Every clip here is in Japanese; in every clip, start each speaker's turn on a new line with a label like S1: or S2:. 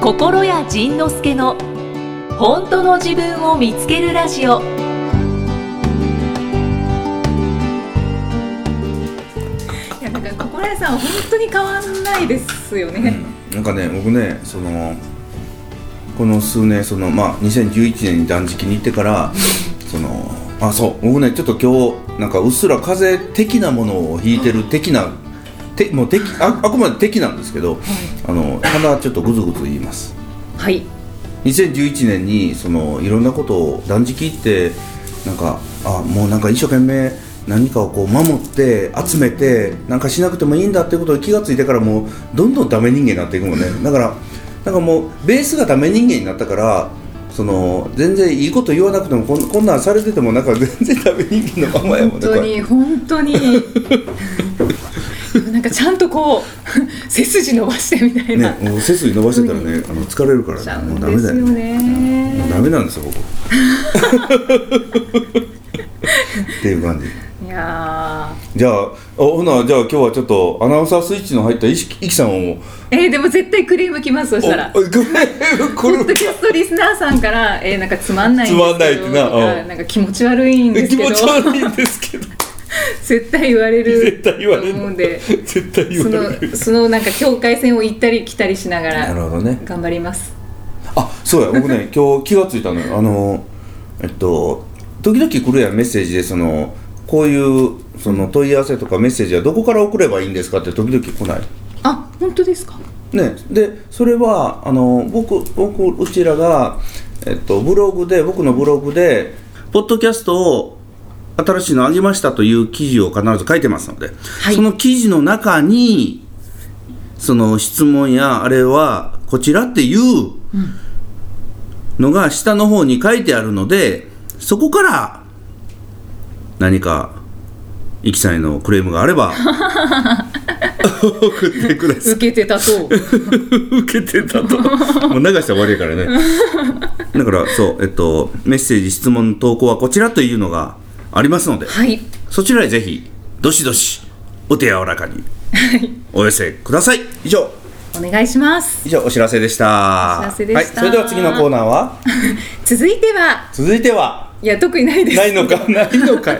S1: 心谷仁之助の本当の自分を見つけるラジオ
S2: いやなんか心屋さんは本当に変わんないですよ
S3: う
S2: ね。
S3: んなんかね僕ねそのこの数年その、まあ、2011年に断食に行ってからそのあそう僕ねちょっと今日なんかうっすら風邪的なものを引いてる的なてもう的ああくまで的なんですけど、あの鼻ちょっとグズグズ言います
S2: はい。
S3: 2011年にそのいろんなことを断食ってなんかあもうなんか一生懸命何かをこう守って集めてなんかしなくてもいいんだっていうことに気がついてからもうどんどんダメ人間になっていくもんねだからなんかもうベースがダメ人間になったからその全然いいこと言わなくてもこんこんなんされててもなんか全然ダメ人間のままやもん
S2: 本
S3: ね
S2: 当
S3: これ
S2: に本当に。 なんかちゃんとこう背筋伸ばしてみたいな。
S3: ねもう背筋伸ばしてたらねあの疲れるか
S2: ちゃ
S3: らねも
S2: ん
S3: うダ
S2: で
S3: メ
S2: す
S3: だ
S2: よ
S3: よね
S2: ね
S3: もう。ダメなんですよここ っていう感じ
S2: いや
S3: じゃああほなじゃあ今日はちょっとアナウンサースイッチの入ったいきいきさんを
S2: ーえーでも絶対クレームきますそしたら。
S3: おおごめんこ
S2: ポ
S3: れ
S2: ッドキャストリスナーさんから、えー、なんかつまんないんですけど
S3: つまんないってな
S2: とか
S3: うん
S2: なんか気持ち悪いんです
S3: 気
S2: けど
S3: 持ち悪いんですけど
S2: 絶対言われる
S3: 絶対言われる
S2: と思うんで
S3: 絶対
S2: そ
S3: 言われる
S2: のそのなんか境界線を行ったり来たりしなが
S3: なる
S2: ら
S3: ほどね
S2: 頑張ります
S3: あそうや僕ね今日気がついたのよあのえっと時々来るやんメッセージでそのこういうその問い合わせとかメッセージはどこから送ればいいんですかって時々来ない
S2: あ本当ですか
S3: ね、でそれはあの僕僕うちらが、えっと、ブログで僕のブログでポッドキャストを新しいの上げましたという記事を必ず書いてますので、
S2: い
S3: その記事の中にその質問やあれはこちらっていうのが下の方に書いてあるのでそこから何かいきさんへのクレームがあれば送ってください。
S2: 受けてた と
S3: 受けてた ともう流したら終わりやからねだからそうえっとメッセージ質問投稿はこちらというのがありますので
S2: はい
S3: そちらへぜひどしどしお手柔らかにお寄せください以上
S2: お願いします
S3: 以上お知らせでした
S2: お知らせでした
S3: はい、それでは次のコーナーは
S2: 続いては
S3: 続いてはい
S2: や特にないです
S3: ないの かないのかい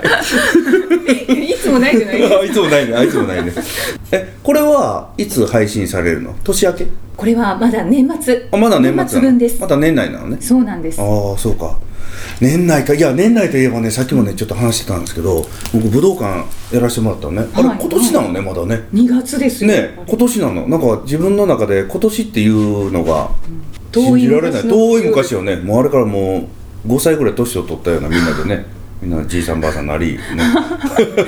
S2: いつもないじゃないですか
S3: あいつもないねあいつもないねえこれはいつ配信されるの年明け
S2: これはまだ年末
S3: あまだ年末なの
S2: 分です
S3: まだ年内なのね
S2: そうなんです
S3: ああそうか年内かいや年内といえばねさっきもねちょっと話してたんですけど僕武道館やらせてもらったのね、あ
S2: は
S3: れ
S2: い
S3: 今年なのねまだね
S2: 2月ですよ
S3: ね今年なのなんか自分の中で今年っていうのが信
S2: 遠い昔の
S3: じられない遠い昔よねもうあれからもう5歳ぐらい年を取ったようなみんなでねみんなじいさんばあさんなり、ね、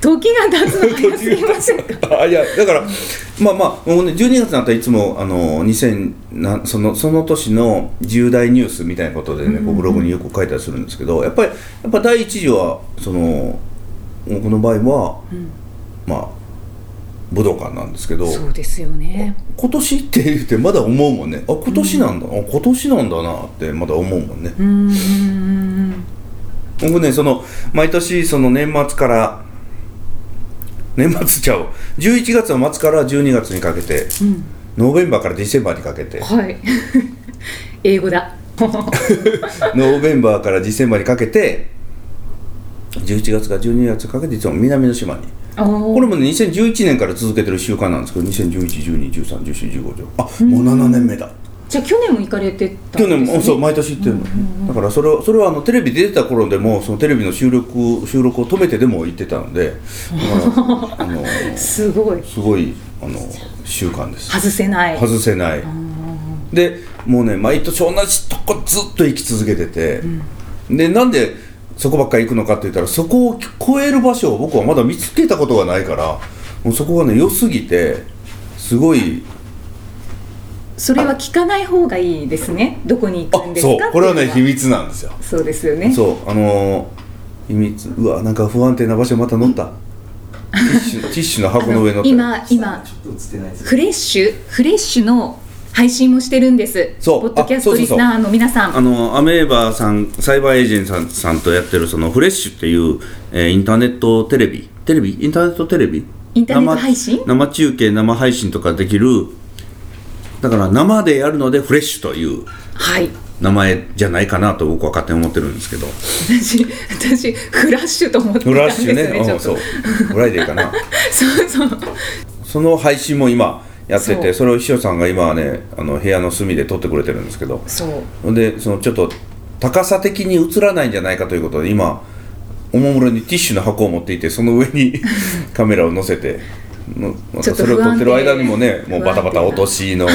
S2: 時が経つの早すぎません か
S3: あいやだからまあまあもうね12月になったらいつもあの2000なそのその年の重大ニュースみたいなことでね、こうブログによく書いたりするんですけどやっぱりやっぱ第一次はその僕の場合は、まあ武道館なんですけど
S2: そうですよね
S3: 今年って言ってまだ思うもんねあ今年なんだ、あ今年なんだなってまだ思うもんね。
S2: うーん
S3: 僕ねその毎年その年末から年末ちゃう11月の末から12月にかけて、ノーベンバーからディセンバーにかけて
S2: はい 英語 だ
S3: ノーベンバーからディセンバーにかけて11月から12月にかけていつも南の島に
S2: あー
S3: これもね2011年から続けてる習慣なんですけど201112131415あもう7年目だ
S2: じゃあ去年も行かれてたん
S3: 去
S2: です、ね、
S3: 年もうんそう毎年行ってるの、だからそれはそれはあのテレビ出てた頃でもそのテレビの収録収録を止めてでも行ってたのでだからあの
S2: すごい
S3: すごいあの習慣です
S2: 外せない
S3: 外せないでもうね毎年同じとこずっと行き続けてて、でなんでそこばっかり行くのかって言ったらそこを超える場所を僕はまだ見つけたことがないからもうそこがね良すぎてすごい
S2: それは聞かない方がいいですねどこに
S3: あ
S2: 行くんですか
S3: そうこれは
S2: ってい
S3: ね
S2: うの
S3: 秘密なんですよ
S2: そうですよね
S3: そうあのー秘密うわなんか不安定な場所また乗ったティッシュティッシュの箱の上乗った
S2: 今今
S4: ちょっと映ってないです
S2: フレッシュフレッシュの配信もしてるんです
S3: そう
S2: ポッドキャストリスナーの皆さん
S3: あのアメーバーさんサイバーエージェントさんさんとやってるそのフレッシュっていう、えーインターネットテレビテレビインターネットテレビ
S2: インターネット配信
S3: 生生中継生配信とかできるだから生でやるのでフレッシュという
S2: はい
S3: 名前じゃないかなと僕は勝手に思ってるんですけど
S2: 私私フラッシュと思ってたん
S3: フラッ
S2: です
S3: シ
S2: よ
S3: ュ
S2: ね
S3: ねう
S2: ちょ
S3: ん
S2: っ
S3: そ
S2: と
S3: うフライデーかな
S2: そうそう
S3: その配信も今やってて
S2: そう
S3: それを秘書さんが今はねあの部屋の隅で撮ってくれてるんですけど
S2: そう
S3: ほんでそのちょっと高さ的に映らないんじゃないかということで今おもむろにティッシュの箱を持っていてその上に カメラを乗せてのま
S2: ちょ
S3: た
S2: っと
S3: それを
S2: 不
S3: 撮
S2: 安
S3: っ
S2: 定
S3: てる間にもねもう
S2: 不安定
S3: バタバタ落としの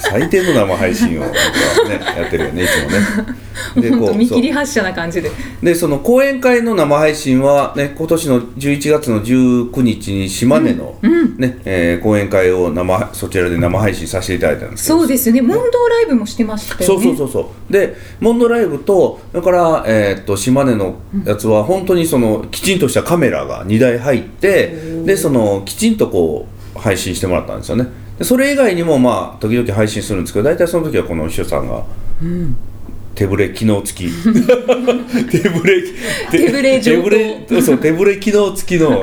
S3: 最低の生配信を僕はねやってるよねいつもね。
S2: 本
S3: こ
S2: 当見
S3: うそ
S2: 切り
S3: う
S2: 発車な感じで
S3: でその講演会の生配信はね今年の11月の19日に島根の、ねえー講演会を生そちらで生配信させていただいたんですけど
S2: そうですね問答ライブもしてましたよね
S3: そうそうそうそうでモンドライブとだから、えーっと島根のやつは本当にそのきちんとしたカメラが2台入ってでそのきちんとこう配信してもらったんですよねでそれ以外にもまあ時々配信するんですけど大体その時はこの秘書さんが、手ぶれ機能 付き手ぶれ
S2: 手ぶれ
S3: 手
S2: 上
S3: ぶ
S2: 等
S3: れそう手ぶれ機能付 きの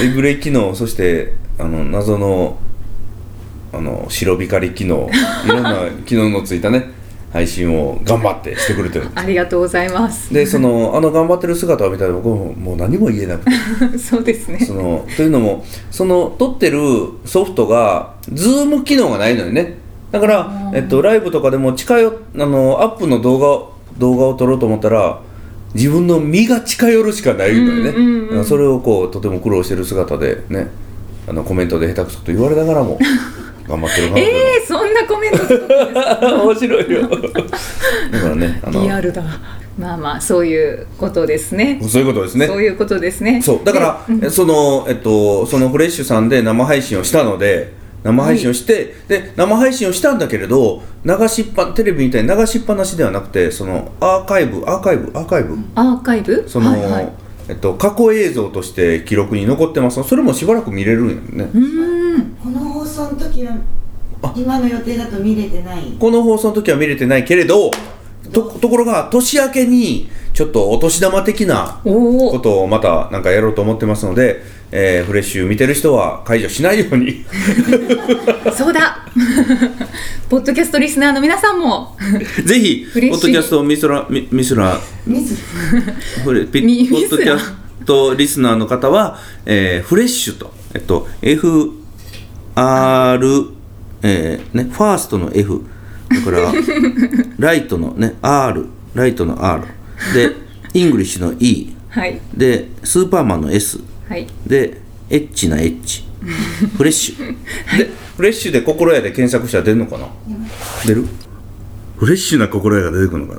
S3: 手ぶれ機能そしてあの謎のあの白光り 機能いろんな機能のついたね配信を頑張ってしてくれてる
S2: ありがとうございます
S3: でそのあの頑張ってる姿を見たら僕ももう何も言え なくて
S2: そうですね
S3: そのというのもその撮ってるソフトがズーム機能がないのよねだから、えっと、ライブとかでも近よあのアップの動画を動画を撮ろうと思ったら自分の身が近寄るしかないのよね、
S2: うんうんうん
S3: だからそれをこうとても苦労してる姿でねあのコメントで下手くそと言われな がらも頑張ってるなというのは
S2: えー、そんなコメント届くんですか
S3: 面白いよだからねあの
S2: リアルだまあまあそういうことですね
S3: そういうことですね
S2: そういうことですね
S3: そうだから、えそのえっとそのフレッシュさんで生配信をしたので生配信をして、で生配信をしたんだけれど流しっぱテレビみたいに流しっぱなしではなくてそのアーカイブアーカイブアーカイブ
S2: アーカイブ
S3: その、
S2: はいはい、う
S3: えっと過去映像として記録に残ってますそれもしばらく見れるんよね、
S2: ーん
S4: この放送の時の今の予定だと見れてない
S3: この放送の時は見れてないけれどとところが年明けにちょっとお年玉的な
S2: お
S3: こ
S2: お
S3: とをまたなんかやろうと思ってますので、えーフレッシュ見てる人は解除しないように。
S2: そうだ ポッドキャストリスナーの皆さんも
S3: ぜひ、ポ
S2: 嬉しい
S3: ッドキャストミスラ、ミミスラ、
S4: ミス
S3: フレピ
S2: ミ
S3: ポ
S2: ミ
S3: ッ
S2: スラ
S3: ドキャストリスナーの方は、えーフレッシュと、えっと、F、R、えーね、ファーストの F、だから、ライトのね、R、ライトの R、で、イングリッシュの E、
S2: はい
S3: で、スーパーマンの S、
S2: はい
S3: で、エッチなエッチ、フレッシュ。で、フレッシュで心屋で検索したら出るのかな出るフレッシュな心屋が出てくるの か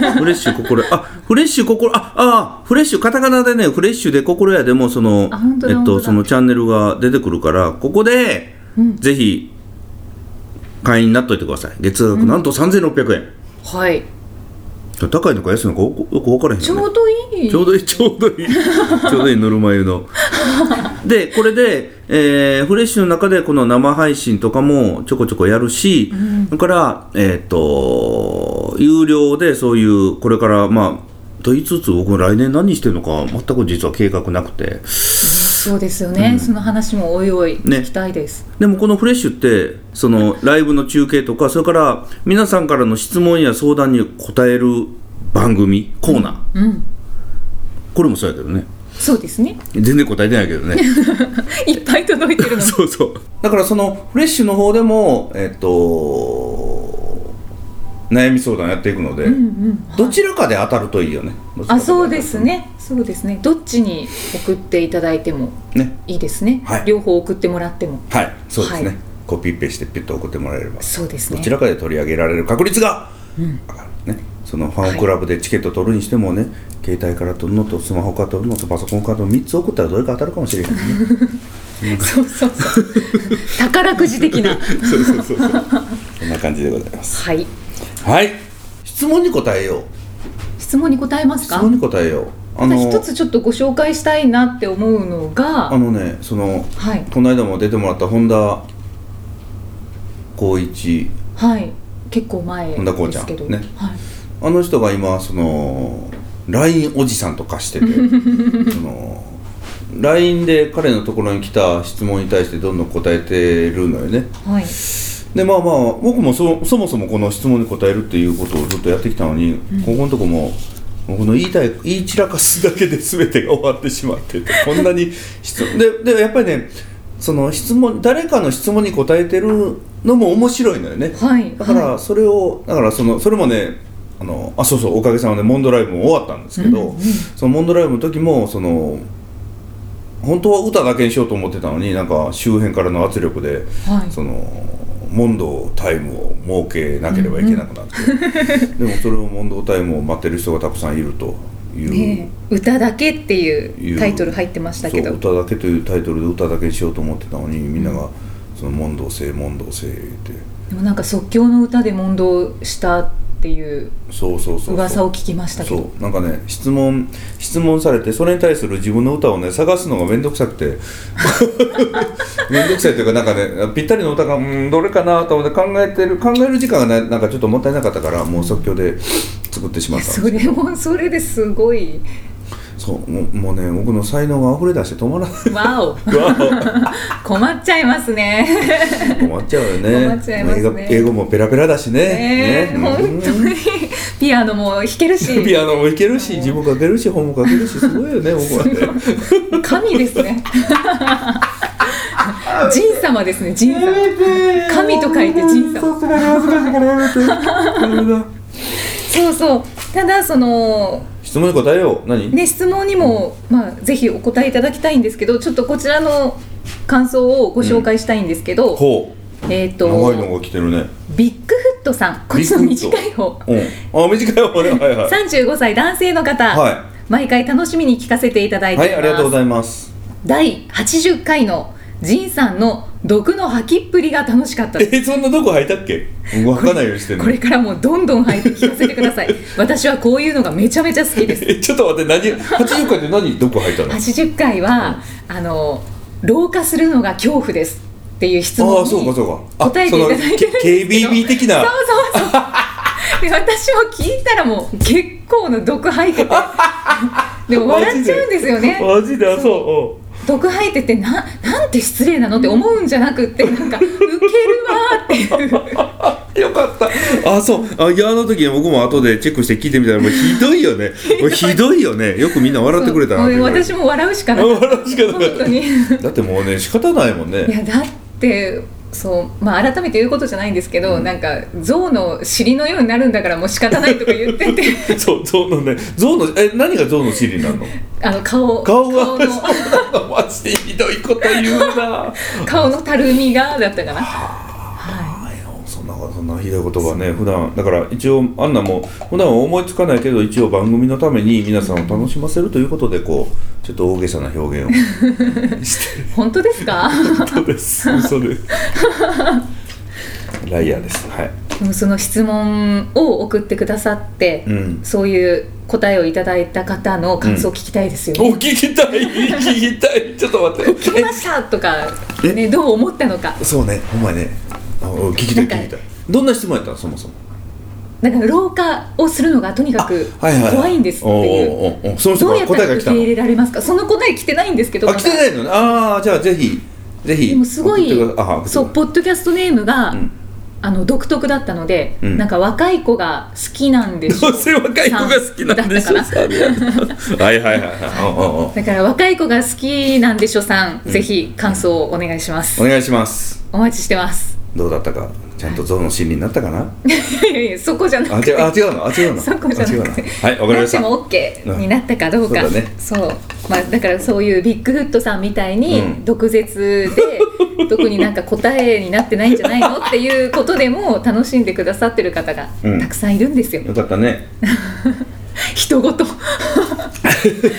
S3: なフレッシュ心屋、あ、フレッシュ心、あ、あ、フレッシュ、カタカナでね、フレッシュで心屋でも、その
S2: あ本、当
S3: え
S2: だ
S3: っ
S2: 本当
S3: と、
S2: だ
S3: そのチャンネルが出てくるから、ここで、ぜひ、会員になっといてください。月額なんと3600円。
S2: はい
S3: 高いのか安いのかよくよく分からへんよね。
S2: ちょうどいい
S3: ちょうどいい、ちょうど いい、ちょうどいいぬるま湯の。で、これで、えーフレッシュの中でこの生配信とかもちょこちょこやるし、だから、えっ、と、有料でそういう、これから、まあ、と言いつつ、僕、来年何してるのか、全く実は計画なくて、
S2: そうですよね、その話もおいおい
S3: ね
S2: 聞きたいです、
S3: でもこのフレッシュって、その、ライブの中継とか、それから、皆さんからの質問や相談に答える番組、コーナー、
S2: うん
S3: これもそうやけどね、
S2: そうですね
S3: 全然答えてないけどね。
S2: いっぱい届いてる の
S3: そうそうだからそのフレッシュの方でもえっと悩み相談やっていくので、
S2: うんうん
S3: どちらかで当たるといいよねどち
S2: あ
S3: らか当たると
S2: そうですねそうですねどっちに送っていただいても
S3: ね
S2: いいですね、
S3: はい
S2: 両方送ってもらっても
S3: はいそうですね、
S2: はい
S3: コピーペしてピュッと送ってもらえれば
S2: そうです
S3: ど
S2: ね
S3: ちらかで取り上げられる確率が上がるねそのファンクラブでチケット取るにしてもね、携帯から取るのとスマホから取るのとパソコンから取るの3つ送ったらどれか当たるかもしれないね
S2: そうそうそう宝くじ的な
S3: そうそう そうそうこんな感じでございます
S2: はい
S3: はい質問に答えよう
S2: 質問に答えます
S3: 質
S2: か
S3: 問に答えよう
S2: た
S3: あ
S2: だ一つちょっとご紹介したいなって思うの
S3: あ
S2: が
S3: のねその
S2: はい
S3: この間も出てもらった本田光一
S2: はい結構前
S3: 本田こう
S2: で
S3: ちゃん
S2: すけど、
S3: ね
S2: はい、
S3: あの 人が今その LINE おじさんとかしててその LINE で彼のところに来た質問に対してどんどん答えてるのよね
S2: はい
S3: でまあまあ僕もそそもそもこの質問に答えるっていうことをずっとやってきたのに、ここのとこも僕の言いたい言い散らかすだけで全てが終わってしまっててこんなに質問ででやっぱりねその質問誰かの質問に答えてるのも面白いのよね、
S2: はい
S3: だからそれをだからそのそれもねあのあそうそうおかげさまでモンドライブも終わったんですけど、そのモンドライブの時もその本当は歌だけにしようと思ってたのになんか周辺からの圧力で、
S2: はい
S3: そのモンドタイムを設けなければいけなくなって、でもそれをモンドタイムを待ってる人がたくさんいるという。
S2: ねえ歌だけって
S3: い
S2: いううタイトル入ってましたけど
S3: そう歌だけというタイトルで歌だけにしようと思ってたのにみんなが「その問答制問答制」って
S2: でもなんか即興の歌で問答したっていう
S3: そうそうそうそう
S2: 噂を聞きましたけど
S3: そうなんかね質問質問されてそれに対する自分の歌をね探すのが面倒くさ くて面倒くさいというかなんかねぴったりの歌がうんどれかなと思って考えてる考える時間がねなんかちょっともったいなかったからもう即興で作ってしま
S2: い
S3: っ
S2: や
S3: たんです
S2: それもそれですご い
S3: そうもうもうね僕の才能が溢れ出して止まらない
S2: わお
S3: わ
S2: 困っちゃいますね
S3: あ困っちゃうよね
S2: 困っちゃいますね
S3: 英語英語もペラペラだしね
S2: ねえ
S3: ね
S2: 本当
S3: うん
S2: にピアノも弾けるし
S3: ピアノも弾けるし字も書けるし本も書けるしすごいよね僕はね
S2: 神です ね神様ですね神様神と書いて神様
S3: すがに恥ずかしいからやめて
S2: そうそうただその
S3: 質問に答えよう何、
S2: ね質問にも、まあ、ぜひお答えいただきたいんですけどちょっとこちらの感想をご紹介したいんですけど、
S3: ほ
S2: えっ、
S3: う長い
S2: と
S3: のが来てるね
S2: ビッグフットさんこっちの
S3: ビッグフ
S2: 短い
S3: ッ
S2: 方
S3: うんあ短 い方ねはいはい
S2: 35歳男性の方、
S3: は
S2: 毎回楽しみに聞かせていただい
S3: い、
S2: て
S3: はいい、ありがとうご
S2: ます
S3: ざいま
S2: 第
S3: す
S2: 80回の仁さんの毒の吐きっぷりが楽しかったです
S3: えそんなどこ履いたっけ分かんないようにして
S2: これ
S3: る
S2: からもどんどん入って聞かせてくだ さい私はこういうのがめちゃめちゃ好きです
S3: え ちょっと待って何80回で何どこ履いたの
S2: 80回は、あの老化するのが恐怖ですっていう質
S3: あ
S2: 問
S3: あ
S2: に
S3: そうかそうかあ
S2: 答えていただいてるんですけど
S3: その K- KBB 的
S2: そう
S3: な
S2: そうそうで私も聞いたらもう結構の毒吐いてて でも笑っちゃうんですよね
S3: マジだそ
S2: 毒吐いててななんて失礼なのって思うんじゃなくっ てなんかウケるわーっていう
S3: う よかったあそうあいやあの時僕も後でチェックして聞いてみたらもうひどいよねもう ひどいよねよくみんな笑ってくれたな
S2: も
S3: っ
S2: う
S3: ていう
S2: 私も笑うしかなか った
S3: 笑うしかなかった
S2: 本当に
S3: だってもうね仕方ないもん
S2: い
S3: ね
S2: やだってそうまあ改めて言うことじゃないんですけど、なんか象の尻のようになるんだからもう仕方ないとか言って て
S3: そう象のね象のえ何が象の尻になるの
S2: あの顔
S3: 顔が
S2: の
S3: マジでひどいこと言うな
S2: 顔のたるみがだったかなは
S3: そんなそんなひどい言葉ね普段だから一応あんなもう普段は思いつかないけど一応番組のために皆さんを楽しませるということでこうちょっと大げさな表現をして
S2: い本当です か
S3: るです嘘ですライアーですはい
S2: でもその質問を送ってくださって、
S3: うん
S2: そういう答えをいただいた方の感想を聞きたいですよね、
S3: お聞きたい聞きたいちょっと待っ
S2: 聞きま
S3: て
S2: したとか、
S3: え
S2: ね、どう思ったのか
S3: そうねほんまやねあお聞きたい聞きたいどんな質問やったのそもそも
S2: なんか老化をするのがとにかく
S3: はいはいはい
S2: 怖いんですっていう、
S3: おうおうおうおうその人
S2: どうや
S3: が
S2: った
S3: 答え
S2: ら
S3: が来
S2: 受
S3: た
S2: け
S3: の
S2: 入れられますかその答え来てないんですけど
S3: あ来てないのねああじゃあぜひぜひ
S2: でもすごい
S3: 送ってくだあ
S2: そうポッドキャストネームが、
S3: ん
S2: あの独特だったので、
S3: うん
S2: なんか若い子が好きなんでしょ
S3: どうせ若い子が好きなんでし
S2: さん
S3: ょ
S2: だったか
S3: さんはいはいはいはい
S2: だから若い子が好きなんでしょさん、ぜひ感想をお願いします、
S3: お願いします
S2: お待ちしてます
S3: どうだったかちゃんとゾウの心理になったかない
S2: やいやいやそこじゃな
S3: あ
S2: く
S3: 違
S2: て
S3: うあ違うのあ違う の
S2: そこじゃ
S3: あ違う
S2: な
S3: の
S2: くて
S3: はいわかりました
S2: なっても OK になったかどうか、
S3: うんそうだね
S2: そうまあ、だからそういうビッグフットさんみたいに
S3: うん
S2: 毒 舌で、特になんか答えになってないんじゃないのっていうことでも楽しんでくださってる方が
S3: うん
S2: たくさんいるんですよ、
S3: よかったね
S2: 人ご と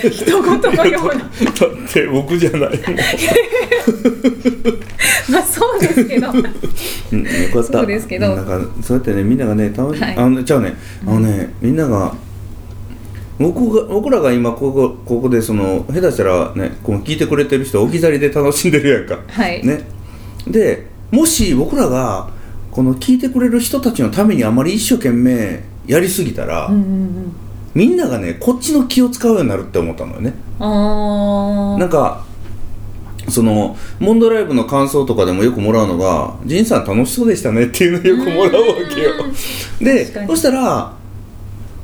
S2: 人ごとのような
S3: だって僕じゃ ない
S2: まあそうですけど
S3: うん、よかった
S2: そうですけど
S3: なんかそうやってねみんながね楽し、
S2: はい
S3: あのじゃあねあのね、みんなが僕が僕らが今ここここでその下手したらねこう聞いてくれてる人置き去りで楽しんでるやんか、
S2: はい
S3: ね、でもし僕らがこの聞いてくれる人たちのためにあまり一生懸命やりすぎたら、
S2: うんうん
S3: みんながねこっちの気を使うようになるって思ったのよね
S2: うんあ
S3: なん
S2: ー
S3: かそのモンドライブの感想とかでもよくもらうのが「仁さん楽しそうでしたね」っていうのをよくもらうわけよで
S2: 確かに
S3: そしたら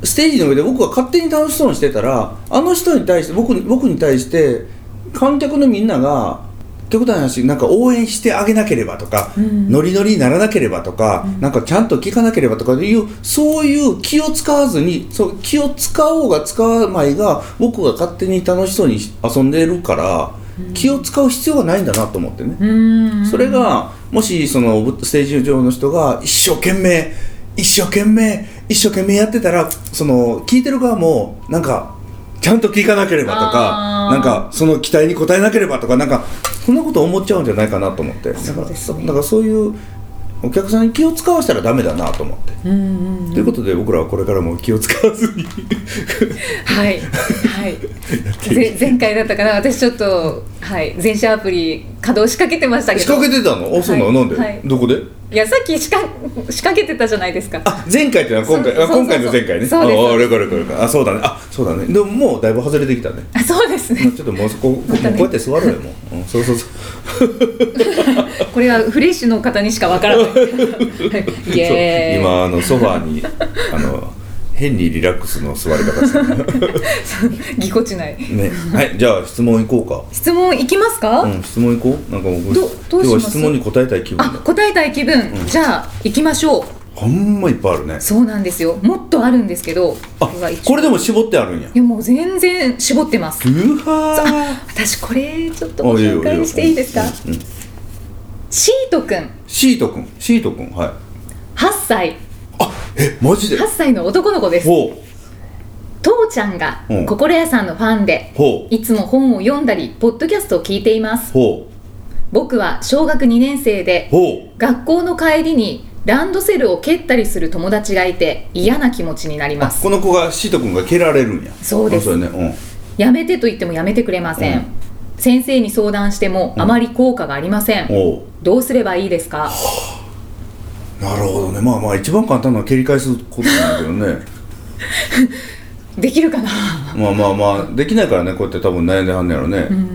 S3: ステージの上で僕が勝手に楽しそうにしてたらあの人に対して僕に僕に対して観客のみんなが極端な話なんか応援してあげなければとか、
S2: うん
S3: ノリノリにならなければとか、なんかちゃんと聞かなければとかいうそういう気を使わずにそう気を使おうが使わないが僕が勝手に楽しそうに遊んでるから、気を使う必要がないんだなと思ってね。
S2: うん
S3: それがもしそのぶステージ上の人が一生懸命一生懸命一生懸命やってたらその聞いてる側もなんかちゃんと聞かなければとか
S2: あー
S3: なんかその期待に応えなければとかなんかそんなこと思っちゃうんじゃないかなと思ってだか
S2: そう
S3: ら
S2: ですね
S3: だからそういうお客さんに気を使わせたらダメだなと思って、
S2: うんうんうん
S3: ということで僕らはこれからも気を使わずに
S2: はいはい
S3: ていく
S2: ぜ前回だったかな私ちょっとはい全社アプリ稼働しかけてましたけど
S3: 仕掛けてたのあそうなの、
S2: はい
S3: なんで、
S2: はい
S3: どこで
S2: いやさっき仕掛仕掛けてたじゃないですか
S3: あ前回ってのは今回
S2: そうそう
S3: あ
S2: そう
S3: 今回の前回ね
S2: そうです
S3: ああれかあれかあれかあそうだねあそうだねでももうだいぶ外れてき たね
S2: あそうです
S3: ちょ
S2: ね
S3: っともうそこ、もうこうやって座ろうよもう、うん、そうそうそう
S2: これはフレッシュの方にしかわからないイ エーイ
S3: 今あのソファーにあの変にリラックスの座り方ですね
S2: ぎこちない
S3: ねはいじゃあ質問いこう
S2: 質問いきますか、
S3: かうん質問いこうなんかもう
S2: どどうします
S3: 今日は質問に答えたい気分
S2: あ
S3: だ
S2: 答えたい気分、じゃあ行きましょう
S3: ほんまいっぱいあるね
S2: そうなんですよもっとあるんですけど
S3: あ
S2: 僕が一応
S3: これでも絞ってあるんや
S2: いやもう全然絞ってます
S3: うわ
S2: 私これちょっと
S3: ー
S2: ご
S3: あいいよ
S2: 紹介していいですか
S3: ようんうん
S2: シートくん
S3: シートくんシートくんはい
S2: 8歳
S3: えマジで
S2: 8歳の男の子です
S3: ほ
S2: 父ちゃんが
S3: うん
S2: 心屋さんのファンで
S3: うほう
S2: いつも本を読んだりポッドキャストを聞いています
S3: ほ
S2: 僕は小学2年生で
S3: うほ
S2: 学校の帰りにランドセルを蹴ったりする友達がいて嫌な気持ちになり
S3: うあ
S2: ます
S3: この子がシートくんが蹴られるんや
S2: そうです
S3: あそうやね
S2: やめてと言ってもやめてくれません、
S3: うん
S2: 先生に相談してもあまり効果がありません、
S3: うんおう
S2: どうすればいいですか
S3: なるほどねまあまあ一番簡単なのは蹴り返すことなんだけどね
S2: できるかな
S3: まあまあまあできないからねこうやって多分悩んではんねやろね
S2: うん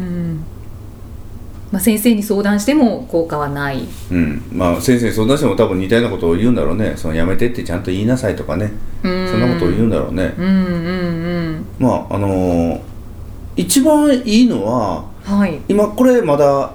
S2: まあ、先生に相談しても効果はない
S3: うん、まあ先生に相談しても多分似たようなことを言うんだろうねそのやめてってちゃんと言いなさいとかね
S2: そ
S3: そんなことを言うんだろうね
S2: うんうん
S3: まああのー一番いいのは
S2: うんはい
S3: 今これまだ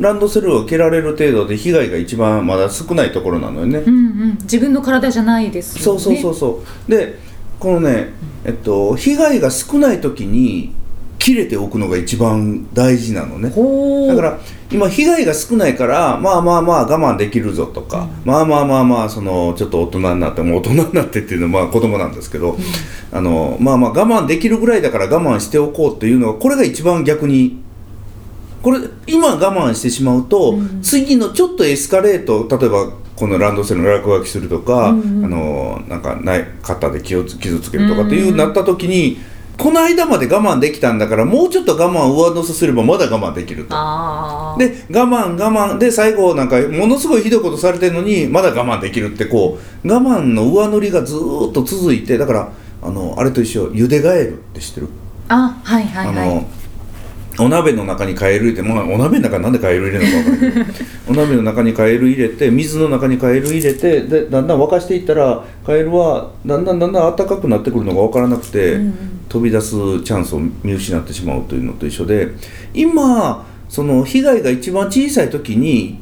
S3: ランドセルを蹴られる程度で被害が一番まだ少ないところなのよね
S2: うんうん自分の体じゃないです
S3: そ
S2: よ
S3: う
S2: ね
S3: そうそうそうでこのねえっと被害が少ない時に切れておくのが一番大事なのね
S2: ほう
S3: だから今被害が少ないからまあまあまあ我慢できるぞとか、まあまあまあまあそのちょっと大人になってもう大人になってっていうのはまあ子供なんですけど、あのまあまあ我慢できるぐらいだから我慢しておこうっていうのはこれが一番逆にこれ今我慢してしまうと、
S2: うん
S3: 次のちょっとエスカレート例えばこのランドセルの落書きするとか、
S2: うんうん
S3: あのなんかない肩で気をつ傷つけるとかっていうなった時に、この間まで我慢できたんだからもうちょっと我慢を上乗せすればまだ我慢できると。
S2: ああ
S3: で我慢我慢で最後なんかものすごいひどいことされてるのにまだ我慢できるってこう我慢の上乗りがずーっと続いてだからあのあれと一緒ゆでガエルって知ってる、
S2: あはいはいはい
S3: あのお鍋の中にカエル入れてもうお鍋の中になんでカエル入れるのか分かんない けどお鍋の中にカエル入れて水の中にカエル入れてでだんだん沸かしていったらカエルはだんだんだんだん暖かくなってくるのが分からなくて、
S2: うんうん
S3: 飛び出すチャンスを見失ってしまうというのと一緒で今その被害が一番小さい時に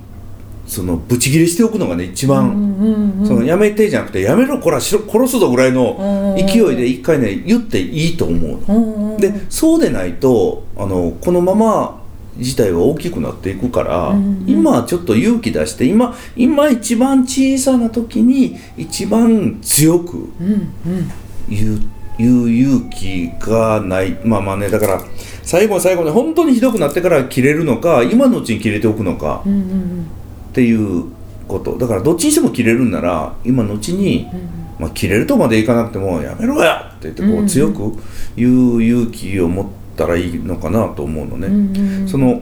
S3: そのブチギレしておくのがね一
S2: う
S3: 番、
S2: んうんうん
S3: そのやめてじゃなくてやめろこらしろ殺すぞぐらいの勢いで一回ね言っていいと思うの
S2: うんうん
S3: でそうでないとあのこのまま事態は大きくなっていくから、
S2: うんうん
S3: 今ちょっと勇気出して今今一番小さな時に一番強く
S2: うんうん
S3: 言う言う勇気がないまあまあねだから最後の最後に本当にひどくなってから切れるのか今のうちに切れておくのか
S2: うんうんうん
S3: っていうことだからどっちにしても切れるんなら今のうちに、まあ、切れるとまでいかなくても「やめろや!」って言って
S2: うん
S3: こ
S2: う
S3: うん強く言う勇気を持ったらいいのかなと思うのね。
S2: うんうんうん
S3: その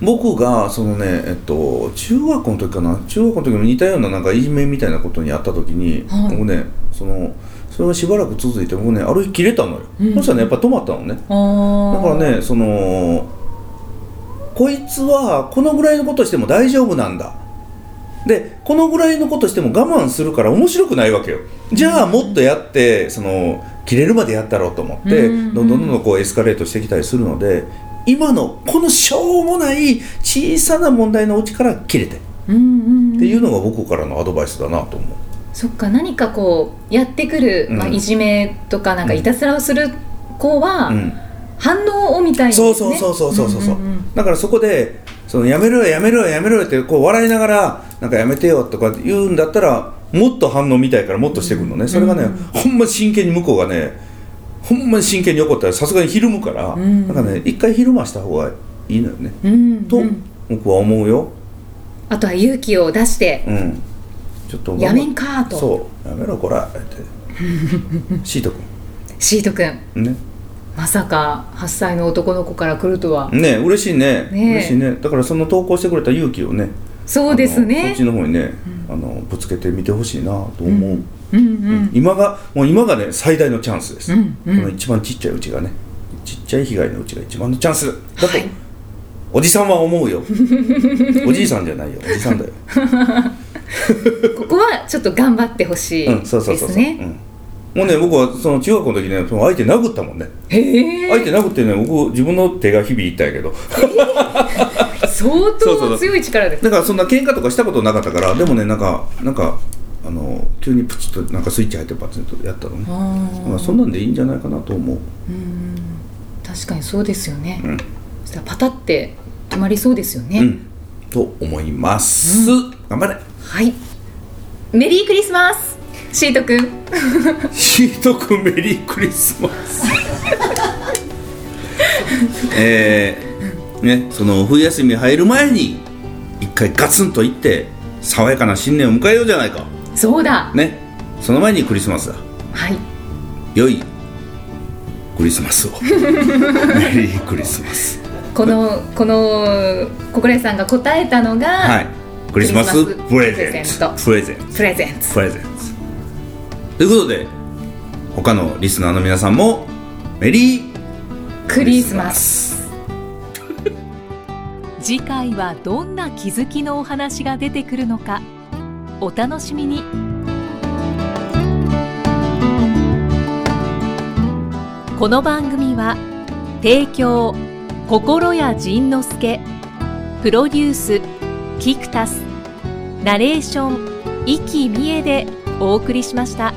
S3: 僕がそのね、えっと、中学校の時かな中学校の時も似たようななんかいじめみたいなことにあった時に、
S2: はい
S3: 僕ねそのそれがしばらく続いて僕ねある日切れたのよ、
S2: うん
S3: そしたらねやっぱ止まったのね
S2: あ
S3: だ
S2: あ
S3: からねそのこいつはこのぐらいのことしても大丈夫なんだでこのぐらいのことしても我慢するから面白くないわけよじゃあもっとやってその切れるまでやったろうと思って
S2: うん
S3: どんどんどんどんこうエスカレートしてきたりするので今のこのしょうもない小さな問題のうちから切れてっ
S2: うんうんうん
S3: ていうのが僕からのアドバイスだなと思う。
S2: そっか何かこうやってくる、
S3: うん
S2: まあ、いじめとかなんかいたずらをする子は、
S3: うん
S2: 反応をみたいです
S3: そ
S2: ね
S3: うそうそうそうそうそう,、
S2: んんん
S3: だからそこでそのやめろよやめろよやめろよってこう笑いながらなんかやめてよとか言うんだったらもっと反応見たいからもっとしてくるのねそれがね、
S2: うん
S3: ほんま真剣に向こうがねほんまに真剣に怒ったらさすがにひるむから、
S2: うん
S3: なんかね一回ひるました方がいいのよね
S2: うんうん
S3: と、僕は思うよ
S2: あとは勇気を出して
S3: うんちょっと
S2: 「
S3: 僕は
S2: やめんか」と
S3: そうやめろこらって シート
S2: シート君
S3: 君ね
S2: まさか8歳の男の子から来るとは
S3: ね嬉しいね
S2: ねえ
S3: 嬉しいねだからその投稿してくれた勇気をね
S2: そうです
S3: あのこ
S2: ね
S3: っちの方にね、あのぶつけてみてほしいなと思う、
S2: うん
S3: うん今がもう今がね最大のチャンスです、
S2: うんうん
S3: この一番ちっちゃいうちがねちっちゃい被害のうちが一番のチャンスだと、
S2: はい
S3: おじさんは思 うよおじいさんじゃないよおじさんだよ、
S2: うんここはちょっと頑張ってほしい
S3: うん、そうそう
S2: で
S3: そう
S2: す
S3: そう、
S2: ね
S3: うん、もうね僕はその中学校の時ねその相手殴ったもんね
S2: へ
S3: 相
S2: え
S3: 手殴ってね僕自分の手が響いたんやけど
S2: 相
S3: そうそうそ
S2: 当
S3: う
S2: 強い力です
S3: だからそんな喧嘩とかしたことなかったからでもねなんかなんかあの急にプチッとなんかスイッチ入ってパツンとやったのね
S2: あー
S3: まあ、そんなんでいいんじゃないかなと思う、
S2: うん確かにそうですよね、
S3: うん
S2: そしたらパタって止まりそうですよね、
S3: うん、と思います、頑張れ
S2: はいメリークリスマスシートくん
S3: シートくんメリークリスマス えー、ねその冬休み入る前に一回ガツンと行って爽やかな新年を迎えようじゃないか
S2: そうだ
S3: ねその前にクリスマスだ
S2: はい
S3: 良いクリスマス をメリークリスマス
S2: このこの心屋さんが答えたのが、
S3: はいクリスマス
S2: クリスマス
S3: プレゼントプレゼント
S2: プレゼンツ
S3: プレゼンツということで他のリスナーの皆さんもメリー
S2: クリスマス
S3: ス
S1: 次回はどんな気づきのお話が出てくるのかお楽しみにこの番組は提供心谷仁之助プロデュースキクタスナレーション生きみえでお送りしました。